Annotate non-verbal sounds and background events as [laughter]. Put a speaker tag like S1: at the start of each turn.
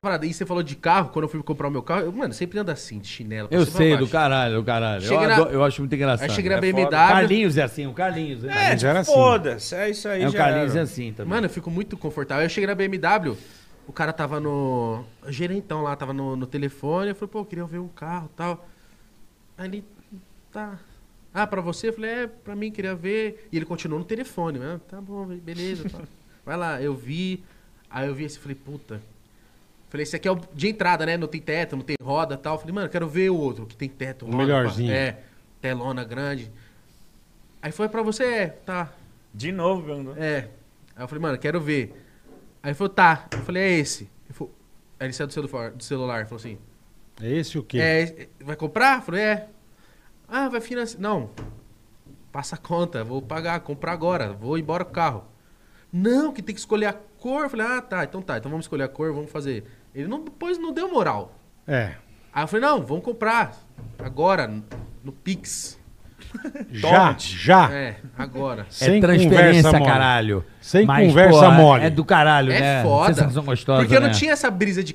S1: Parada, e você falou de carro, quando eu fui comprar o meu carro, eu, mano, sempre ando assim, de chinelo. pra
S2: Eu
S1: cima e
S2: sei,
S1: pra
S2: do
S1: baixo.
S2: caralho, do caralho. Eu,
S1: Chega na-
S2: adoro- eu acho muito engraçado.
S1: Aí cheguei na
S2: É
S1: BMW.
S2: foda. Carlinhos é assim, o Carlinhos. né?
S3: É,
S2: Carlinhos
S3: tipo,
S2: era assim.
S3: foda-se. É isso aí,
S2: É, o
S3: já era.
S2: Carlinhos é assim também.
S1: Mano, eu fico muito confortável. Aí eu cheguei na BMW, o cara tava no. o gerentão lá, tava no, no telefone. Eu falei, pô, eu queria ver um carro e tal. Aí ele. Tá. Ah, pra você? Eu falei, é, pra mim, queria ver. E ele continuou no telefone, né? Tá bom, beleza. tá. [laughs] Vai lá, eu vi. Aí eu vi esse, falei, puta. Falei, esse aqui é o de entrada, né? Não tem teto, não tem roda e tal. Falei, mano, quero ver o outro, que tem teto, roda. pá.
S4: melhorzinho.
S1: É, telona grande. Aí foi pra você, é, tá.
S3: De novo, perguntou.
S1: É. Aí eu falei, mano, quero ver. Aí ele falou, tá. Eu falei, é esse. Ele falou- Aí ele saiu do, celular, do celular falou assim,
S4: É esse o quê?
S1: é, esse- vai comprar? Eu falei, é. Ah, vai financiar. Não. Passa a conta, vou pagar, comprar agora, vou embora com o carro. Não, que tem que escolher a cor. Eu falei, ah, tá, então tá, então vamos escolher a cor, vamos fazer. Ele não, depois não deu moral.
S4: É.
S1: Aí eu falei, não, vamos comprar agora, no Pix.
S4: Já,
S2: Ah.
S4: já.
S1: É, agora.
S4: Sem
S2: é transferência,
S4: conversa mole.
S2: caralho.
S4: Sem conversa
S2: é-
S4: mole.
S2: É do caralho,
S1: É
S2: né?
S1: foda.
S2: Sensação gostosa,
S1: Porque eu não
S2: né?
S1: tinha essa brisa de